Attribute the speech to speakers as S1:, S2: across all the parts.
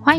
S1: 欢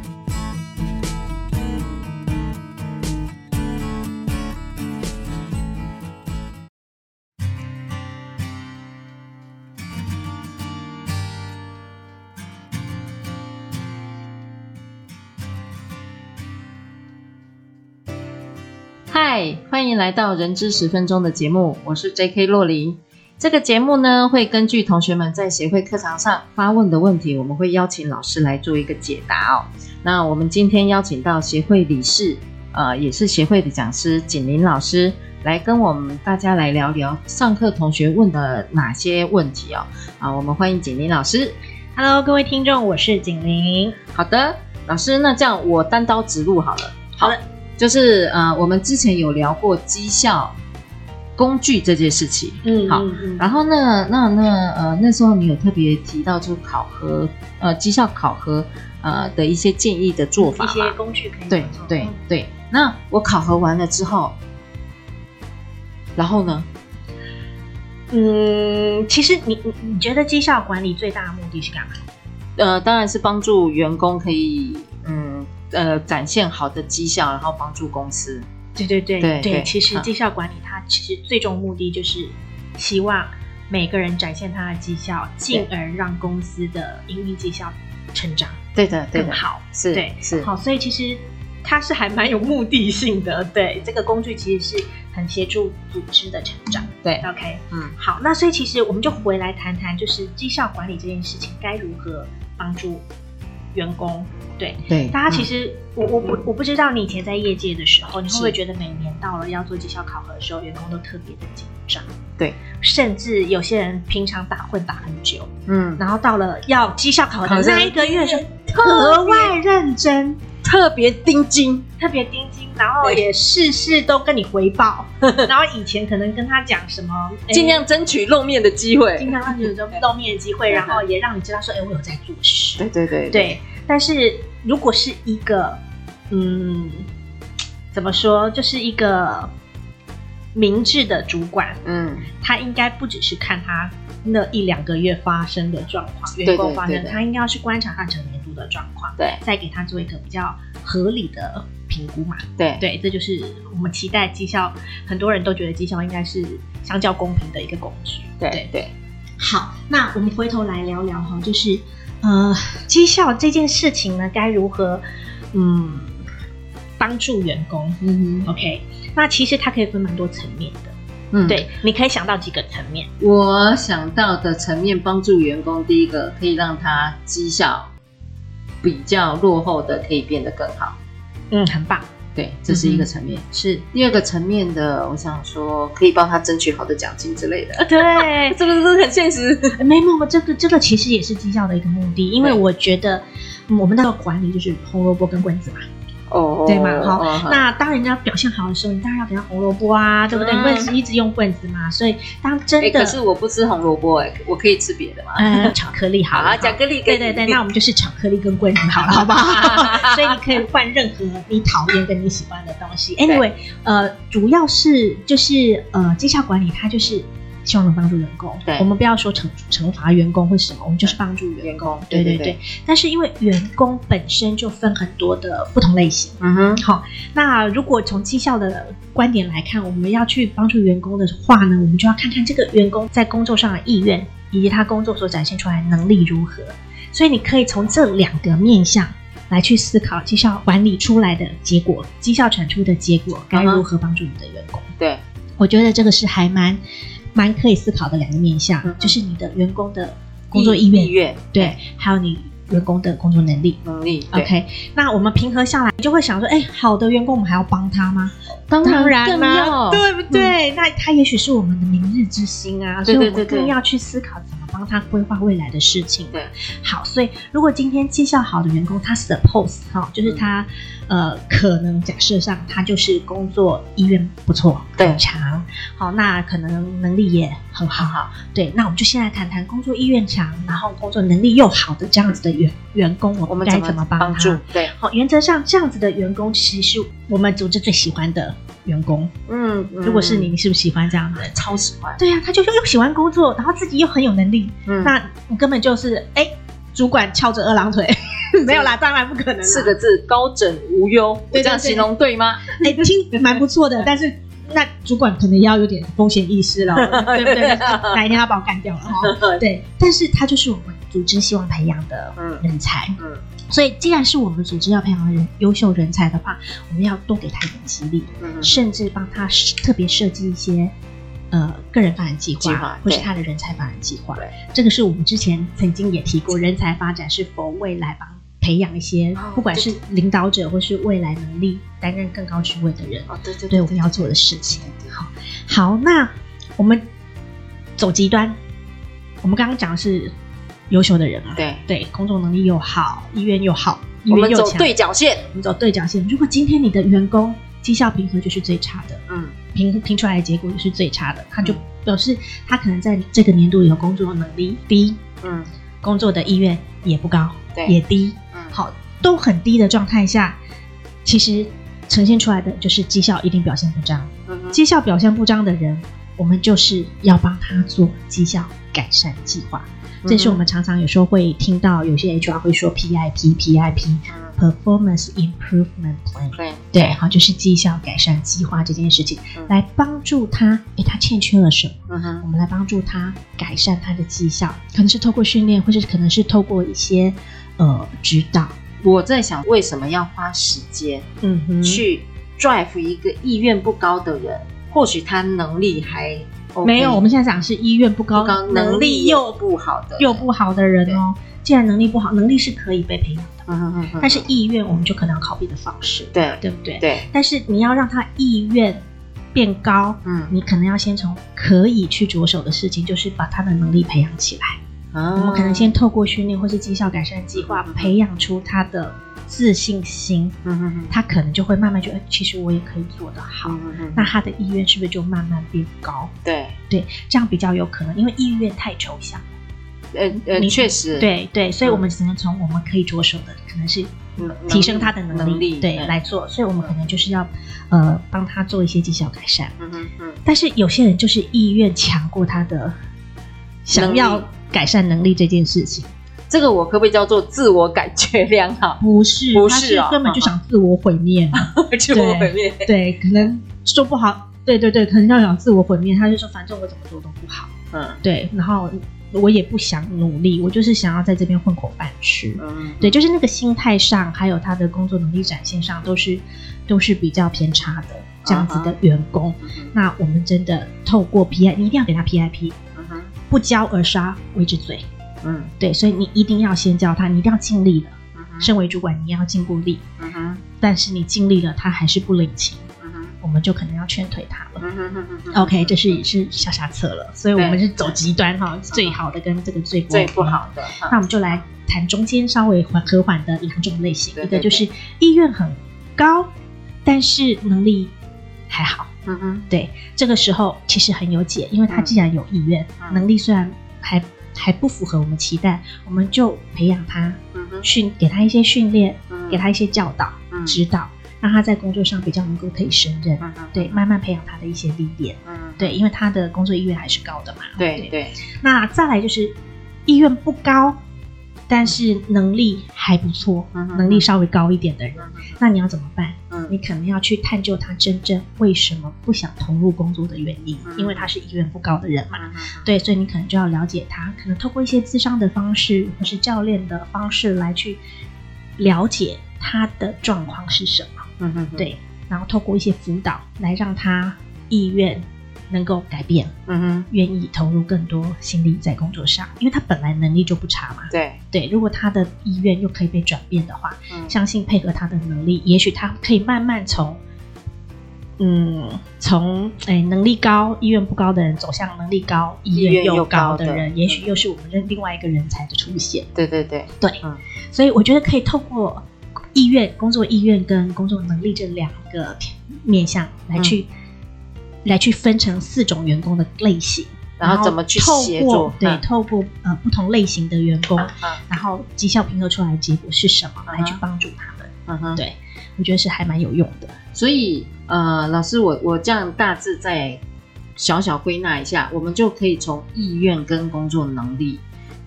S2: 嗨，欢迎来到《人知十分钟》的节目，我是 J.K. 洛琳。这个节目呢，会根据同学们在协会课堂上发问的问题，我们会邀请老师来做一个解答哦。那我们今天邀请到协会理事，呃，也是协会的讲师景林老师，来跟我们大家来聊聊上课同学问的哪些问题哦。啊，我们欢迎景林老师。
S3: Hello，各位听众，我是景玲。
S2: 好的，老师，那这样我单刀直入好了。
S3: 好的，
S2: 就是呃，我们之前有聊过绩效工具这件事情，
S3: 嗯
S2: 好
S3: 嗯嗯
S2: 然后那那那呃，那时候你有特别提到就是考核呃绩效考核呃的一些建议的做法
S3: 一些
S2: 嘛，
S3: 工具可以
S2: 对
S3: 怎么做
S2: 对
S3: 嗯
S2: 对。那我考核完了之后，然后呢？
S3: 嗯，其实你你你觉得绩效管理最大的目的是干嘛？
S2: 呃，当然是帮助员工可以嗯呃展现好的绩效，然后帮助公司。
S3: 对对对
S2: 对对
S3: 其实
S2: 嗯
S3: 绩效管理它其实最终目的就是希望每个人展现他的绩效，进而让公司的营运绩效成长
S2: 对的，嗯对
S3: 更
S2: 的，
S3: 好。
S2: 是
S3: 对
S2: 是，
S3: 好，所以其实它是还蛮有目的性的。对，这个工具其实是很协助组织的成长。
S2: 对，
S3: OK，
S2: 嗯，
S3: 好，那所以其实我们就回来谈谈，就是绩效管理这件事情该如何帮助员工。对，
S2: 对，
S3: 大家其
S2: 嗯
S3: 实、我我不我不知道你以前在业界的时候，你会不会
S2: 是
S3: 觉得每年到了要做绩效考核的时候，员工都特别的紧张？
S2: 对，
S3: 甚至有些人平常打混打很久，
S2: 嗯
S3: 然后到了要绩效考核
S2: 考
S3: 的
S2: 试
S3: 那一个月，就
S2: 特
S3: 格
S2: 别
S3: 外认真，
S2: 特别盯紧，
S3: 特别盯紧，然后
S2: 对
S3: 也事事都跟你 回报，然后以前可能跟他讲什么，哎
S2: 尽量争取露面的机
S3: 经
S2: 会。
S3: 常让你有这种露面的机会，然后也让你知道说，哎、我有在做事。
S2: 对对啊对
S3: 对，但是如果是一个，嗯，怎么说，就是一个明智的主管，
S2: 嗯，
S3: 他应该不只是看他那一两个月发生的状况，
S2: 对
S3: 员工发
S2: 对
S3: 生，
S2: 对
S3: 他应该要去观察他整年度的状况，
S2: 对
S3: 再给他做一个比较合理的评估嘛。
S2: 对
S3: 对，这就是我们期待绩效，很多人都觉得绩效应该是相较公平的一个工具。
S2: 对对，
S3: 好，那我们回头来聊聊哈，就是呃，绩效这件事情呢，该如何嗯帮助员工
S2: 嗯哼，
S3: ？OK，那其实它可以分蛮多层面的，
S2: 嗯，
S3: 对，你可以想到几个层面，
S2: 我想到的层面帮助员工，第一个可以让他绩效比较落后的可以变得更好，
S3: 嗯，很棒，
S2: 对，这是一个层面。
S3: 是，
S2: 第二个层面的，我想说可以帮他争取好的奖金之类的，
S3: 对，
S2: 这个 是很现实。
S3: 没有没有，这个这个其实也是绩效的一个目的，因为
S2: 对
S3: 我觉得。嗯我们的管理就是红萝卜跟棍子嘛，
S2: 哦
S3: 对嘛好
S2: 哦
S3: 那当人家表现好的时候，你当然要给他红萝卜啊，对不对？
S2: 嗯
S3: 你不能一直用棍子嘛。所以当真
S2: 哎，
S3: 的
S2: 可，是我不吃红萝卜，哎，我可以吃别的吗？
S3: 呃，巧克力好了，
S2: 好，巧克力，
S3: 对对对，那我们就是巧克力跟棍子 好了，好不好？所以你可以换任何你讨厌跟你喜欢的东西。Anyway，呃，主要是就是呃，绩效管理它就是希望能帮助员工。
S2: 对
S3: 我们不要说惩惩罚员工或什么，我们就是帮助员
S2: 员
S3: 工。
S2: 工，
S3: 对
S2: 对
S3: 对对，，但是因为员工本身就分很多的不同类型。
S2: 嗯哼，
S3: 好，那如果从绩效的观点来看，我们要去帮助员工的话呢，我们就要看看这个员工在工作上的意愿，以及他工作所展现出来的能力如何。所以你可以从这两个面向来去思考绩效管理出来的结果，绩效产出的结果该如何帮助你的员工。
S2: 对，
S3: 我觉得这个是还蛮蛮可以思考的两个面向，
S2: 嗯哼
S3: 就是你的员工的工作意愿，
S2: 意愿
S3: 对，还有你员工的工作能力。
S2: 能力对
S3: OK，那我们平衡下来，你就会想说，哎，好的员工，我们还要帮他吗？
S2: 当嗯
S3: 更要对不对？那他也许是我们的明日之星啊，
S2: 对
S3: 所以
S2: 对
S3: 我
S2: 对
S3: 们
S2: 对
S3: 更要去思考怎么帮他规划未来的事情。
S2: 对，
S3: 好，所以如果今天绩效好的员工，他 suppose 哈、就是
S2: 嗯
S3: 他、呃，可能假设上他就是工作意愿不错，
S2: 对
S3: 很长，好，那可能能力也很好，好，对，那我们就先来谈谈工作意愿强，然后工作能力又好的这样子的员员工，我
S2: 我们
S3: 们该
S2: 怎
S3: 么
S2: 帮
S3: 他？
S2: 助？对，
S3: 好，原则上这样子的员工其实是我们组织最喜欢的员工。
S2: 嗯，
S3: 如果是你，你是不是喜欢这样的？
S2: 超喜欢，
S3: 对呀、啊他就是又喜欢工作，然后自己又很有能力，
S2: 嗯，
S3: 那你根本就是哎、主管翘着二郎腿， 没有啦，当然不可能啦。
S2: 四个字高枕无忧，我
S3: 对对
S2: 这样
S3: 对
S2: 形容对吗？
S3: 哎、听蛮不错的，但是那主管可能要有点风险意识了，对不对？哪一天他把我干掉了哈？对，但是他就是我们组织希望培养的
S2: 嗯
S3: 人才，
S2: 嗯，
S3: 所以既然是我们组织要培养人优秀人才的话，我们要多给他一点激励，
S2: 嗯，
S3: 甚至帮他特别设计一些呃个人发展计
S2: 计
S3: 划
S2: 划，
S3: 或是
S2: 对
S3: 他的人才发展计划
S2: 对。
S3: 这个是我们之前曾经也提过，人才发展是否未来帮培养一些
S2: 哦
S3: 不管是领导者或是未来能力担任更高职位的人，
S2: 哦，对对
S3: 对我们要做的事情。好，好，那我们走极端，我们刚刚讲的是优秀的人嘛，
S2: 对，
S3: 对，工作能力又好，意愿又好，意
S2: 我
S3: 愿
S2: 们
S3: 又
S2: 走
S3: 强，
S2: 对角线，
S3: 我们走对角线。如果今天你的员工绩效评核就是最差的，
S2: 嗯，
S3: 评评出来的结果就是最差的，他就表示他可能在这个年度里的工作能力低，
S2: 嗯
S3: 工作的意愿也不高，
S2: 对
S3: 也低，
S2: 嗯，
S3: 好，都很低的状态下，其实呈现出来的就是绩效一定表现不彰。
S2: 嗯哼
S3: 绩效表现不彰的人，我们就是要帮他做绩效改善计划。
S2: 嗯
S3: 这是我们常常有时候会听到有些 HR 会说 PIP、PIP
S2: 嗯
S3: Performance Improvement Plan。
S2: 对，
S3: 对，好，就是绩效改善计划这件事情，
S2: 嗯
S3: 来帮助他，诶，他欠缺了什么？
S2: 嗯
S3: 我
S2: 哼，
S3: 们来帮助他改善他的绩效，可能是透过训练，或是可能是透过一些呃指导，
S2: 我在想为什么要花时间
S3: 嗯哼
S2: 去 drive 一个意愿不高的人？或许他能力还 OK，
S3: 没有，我们现在讲的是意愿不高，
S2: 不高能力又不好的人
S3: 又不好的人哦。既然能力不好，能力是可以被培养的，
S2: 嗯哼，嗯哼
S3: 但是意愿我们就可能要考虑的方式，
S2: 对
S3: 对不对？
S2: 对，
S3: 但是你要让他意愿变高，
S2: 嗯，
S3: 你可能要先从可以去着手的事情，就是把他的能力培养起来。
S2: 我
S3: 我们可能先透过训练或是绩效改善计划
S2: 嗯，
S3: 培养出他的自信心，
S2: 嗯哼嗯哼
S3: 他可能就会慢慢觉得，哎其实我也可以做得好。
S2: 嗯哼
S3: 那他的意愿是不是就慢慢变高？
S2: 对，
S3: 对，这样比较有可能，因为意愿太抽象。
S2: 呃呃，
S3: 你
S2: 确实，
S3: 对对，所以
S2: 嗯
S3: 我们只能从我们可以着手的，可能是
S2: 能，能
S3: 提升他的能力，
S2: 能力
S3: 对
S2: 嗯
S3: 来做。所以我们可能就是要呃帮他做一些绩效改善。
S2: 嗯哼嗯
S3: 但是有些人就是意愿强过他的
S2: 能
S3: 想
S2: 力
S3: 要改善能力这件事情，
S2: 这个我可不可以叫做自我感觉良好？
S3: 不是，
S2: 不
S3: 他
S2: 是哦
S3: 根本就想自我毁灭嘛。
S2: 自我毁灭，
S3: 对，可能说不好，对对对，可能要想自我毁灭，他就说反正我怎么做都不好，
S2: 嗯
S3: 对，然后我也不想努力，我就是想要在这边混口饭吃。
S2: 嗯，
S3: 对，就是那个心态上，还有他的工作能力展现上，都是都是比较偏差的这样子的员工。
S2: 嗯哼
S3: 那我们真的透过 PI，你一定要给他 PIP，
S2: 嗯哼
S3: 不教而杀为之罪。
S2: 嗯
S3: 对，所以你一定要先教他，你一定要尽力了。
S2: 嗯哼
S3: 身为主管，你要尽过力，
S2: 嗯哼
S3: 但是你尽力了，他还是不领情，
S2: 嗯哼
S3: 我们就可能要劝退他
S2: 嗯
S3: 了。
S2: 哼嗯哼嗯哼
S3: OK，这是是下下策了，所以我
S2: 对
S3: 们是走极端哈，最好的跟这个最不嗯
S2: 最
S3: OK
S2: 不好的，
S3: 那我们就来谈中间稍微缓和缓的两种类型，
S2: 对
S3: 一个就是意愿很高，但是能力还好。
S2: 嗯哼
S3: 对，这个时候其实很有解，因为他
S2: 嗯
S3: 既然有意愿，
S2: 嗯
S3: 能力虽然还还不符合我们期待，我们就培养他，
S2: 嗯哼
S3: 训给他一些训练，
S2: 嗯
S3: 给他一些教导、
S2: 嗯
S3: 指导，让他在工作上比较能够可以胜任。
S2: 嗯哼
S3: 对，慢慢培养他的一些历练。
S2: 嗯
S3: 对，因为他的工作意愿还是高的嘛。
S2: 对对
S3: 那再来就是意愿不高，但是能力还不错，
S2: 嗯哼
S3: 能力稍微高一点的人，
S2: 嗯哼
S3: 那你要怎么办？你
S2: 嗯
S3: 可能要去探究他真正为什么不想投入工作的原因，
S2: 嗯
S3: 因为他是意愿不高的人嘛。
S2: 嗯哼
S3: 对，所以你可能就要了解他，可能透过一些咨商的方式或是教练的方式来去了解他的状况是什么，
S2: 嗯哼
S3: 对，然后透过一些辅导来让他意愿能够改变。
S2: 嗯哼
S3: 愿意投入更多心力在工作上，因为他本来能力就不差嘛。
S2: 对
S3: 对，如果他的意愿又可以被转变的话，
S2: 嗯
S3: 相信配合他的能力，也许他可以慢慢从，嗯，从哎能力高、意愿不高的人走向能力高、意
S2: 意愿
S3: 愿
S2: 又
S3: 又
S2: 高
S3: 高
S2: 的
S3: 的人，也许
S2: 嗯
S3: 又是我们认另外一个人才的出现。
S2: 对对对
S3: 对，
S2: 嗯
S3: 所以我觉得可以透过意
S2: 嗯
S3: 愿、工作意愿跟工作能力这两个面向来去来去分成四种员工的类型，
S2: 然后怎么去
S3: 透
S2: 协
S3: 过
S2: 作？
S3: 对
S2: 嗯
S3: 透过呃不同类型的员工，
S2: 嗯嗯
S3: 然后绩效评核出来的结果是什么，来去
S2: 嗯哼
S3: 帮助他们。
S2: 嗯哼，
S3: 对我觉得是还蛮有用的。
S2: 所以呃，老师，我我这样大致再小小归纳一下，我们就可以从意愿跟工作能力，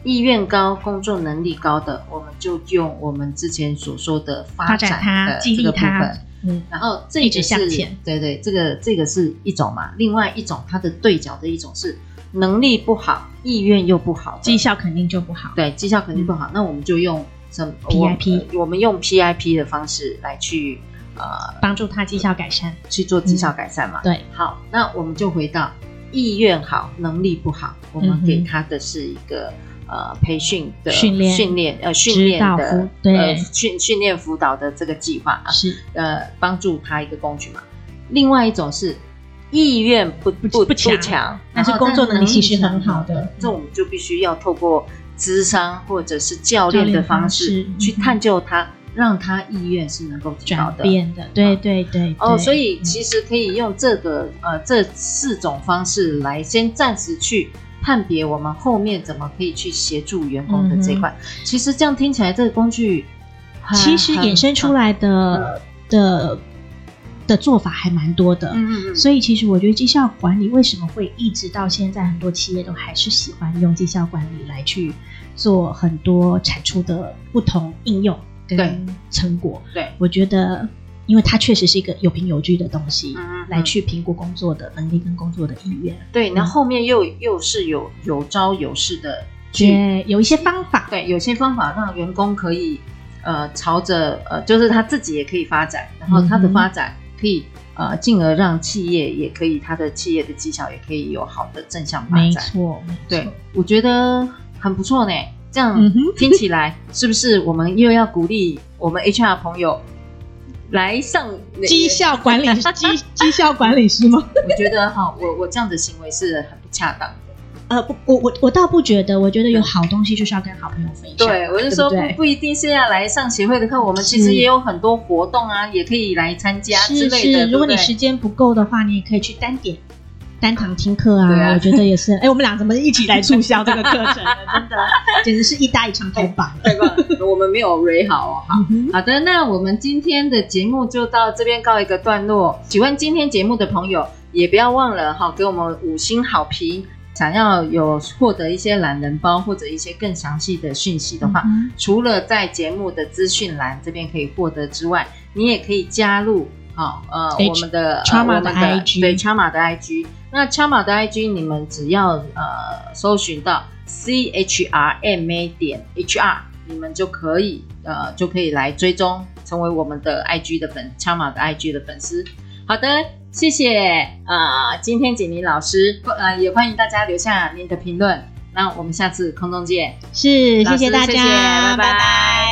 S2: 意愿高、工作能力高的，我们就用我们之前所说的发
S3: 发展
S2: 展
S3: 它
S2: 的
S3: 激
S2: 这
S3: 励
S2: 个部
S3: 它
S2: 分。
S3: 嗯，
S2: 然后这
S3: 一
S2: 个
S3: 直向
S2: 是
S3: 前，
S2: 对对，这个这个是一种嘛，另外一种它的对角的一种是能力不好，意愿又不好的，
S3: 绩效嗯肯定就不好。
S2: 对，绩效肯定不好，那我们就用什么
S3: PIP
S2: 我我们用 PIP 的方式来去呃
S3: 帮助他绩效改善。
S2: 去做绩效改善嘛。
S3: 嗯对，
S2: 好，那我们就回到意愿好，能力不好，我
S3: 嗯
S2: 们
S3: 哼
S2: 给他的是一个、呃培训的
S3: 训练
S2: 训练呃训练
S3: 指导
S2: 的
S3: 辅对
S2: 呃训训练辅导的这个计划啊，
S3: 是
S2: 呃帮助他一个工具嘛。另外一种是意愿不
S3: 不
S2: 不
S3: 不强
S2: 强，
S3: 但是
S2: 然后
S3: 工作能力其实
S2: 是
S3: 很好的嗯
S2: 这我们就必须要透过咨商或者是教练的方
S3: 教
S2: 式
S3: 练方式
S2: 去
S3: 嗯哼
S2: 探究他，让他意愿是能够提高
S3: 转
S2: 啊的。
S3: 变的，对对对。
S2: 哦，
S3: 对嗯
S2: 所以其实可以用这个呃这四种方式来先暂时去判别我们后面怎么可以去协助员工的这一块。其实这样听起来，这个工具很嗯
S3: 嗯其实衍生出，来的的的做法还蛮多的。
S2: 很嗯嗯嗯，
S3: 所以其实我觉得绩效管理为什么会一直到现在，很多企业都还是喜欢用绩效管理来去做很多产出的不同应用
S2: 对
S3: 跟成果。
S2: 对，
S3: 我觉得，因为它确实是一个有凭有据的东西，
S2: 嗯嗯嗯
S3: 来去评估工作的能力跟工作的意愿。
S2: 对，然后后面又又是有有招有式的去，
S3: 对，有一些方法，
S2: 对，有些方法让员工可以呃朝着呃就是他自己也可以发展，然后他的
S3: 嗯哼
S2: 发展可以。呃，进而让企业也可以，他的企业的绩效也可以有好的正向发
S3: 没
S2: 展。
S3: 错，没错
S2: 对，，我觉得很不错呢。这样
S3: 嗯哼
S2: 听起来，是不是我们又要鼓励我们 HR 朋友来上
S3: 绩？效管理， 绩绩效管理师吗？
S2: 我觉得哈，我我这样的行为是很不恰当的。
S3: 呃，不，我我我倒不觉得，我觉得有好东西就是要跟好朋友分享。
S2: 对，我是说
S3: 对
S2: 不
S3: 不对
S2: 不一定是要来上协会的课，我们其
S3: 是
S2: 实也有很多活动啊，也可以来参加啊之
S3: 是
S2: 类的。
S3: 是，如果
S2: 对不对
S3: 你时间不够的话，你也可以去单点单堂听课啊。
S2: 对啊
S3: 我觉得也是。哎，我们俩怎么一起来促销这个课程呢？真的，简直是一搭一唱嗯太棒了。
S2: 太棒了，我们没有 re 好哦。好好的，那我们今天的节目就到这边告一个段落。喜欢今天节目的朋友，也不要忘了哈，给我们五星好评。想要有获得一些懒人包或者一些更详细的讯息的话，
S3: 嗯
S2: 除了在节目的资讯栏这边可以获得之外，你也可以加入好、呃
S3: H-
S2: 我们的
S3: Chama
S2: 呃、我们
S3: 的 IG
S2: 对 Chama 的 IG。那 Chama 的 IG 你们只要呃搜寻到 C H R M A 点 H R，你们就可以呃就可以来追踪，成为我们的 IG 的粉 Chama 的 IG 的粉丝。好的，谢谢呃今天简宁老师，呃也欢迎大家留下您的评论。那我们下次空中见。
S3: 是，谢
S2: 老师
S3: 谢大
S2: 谢谢拜
S3: 家，
S2: 拜
S3: 拜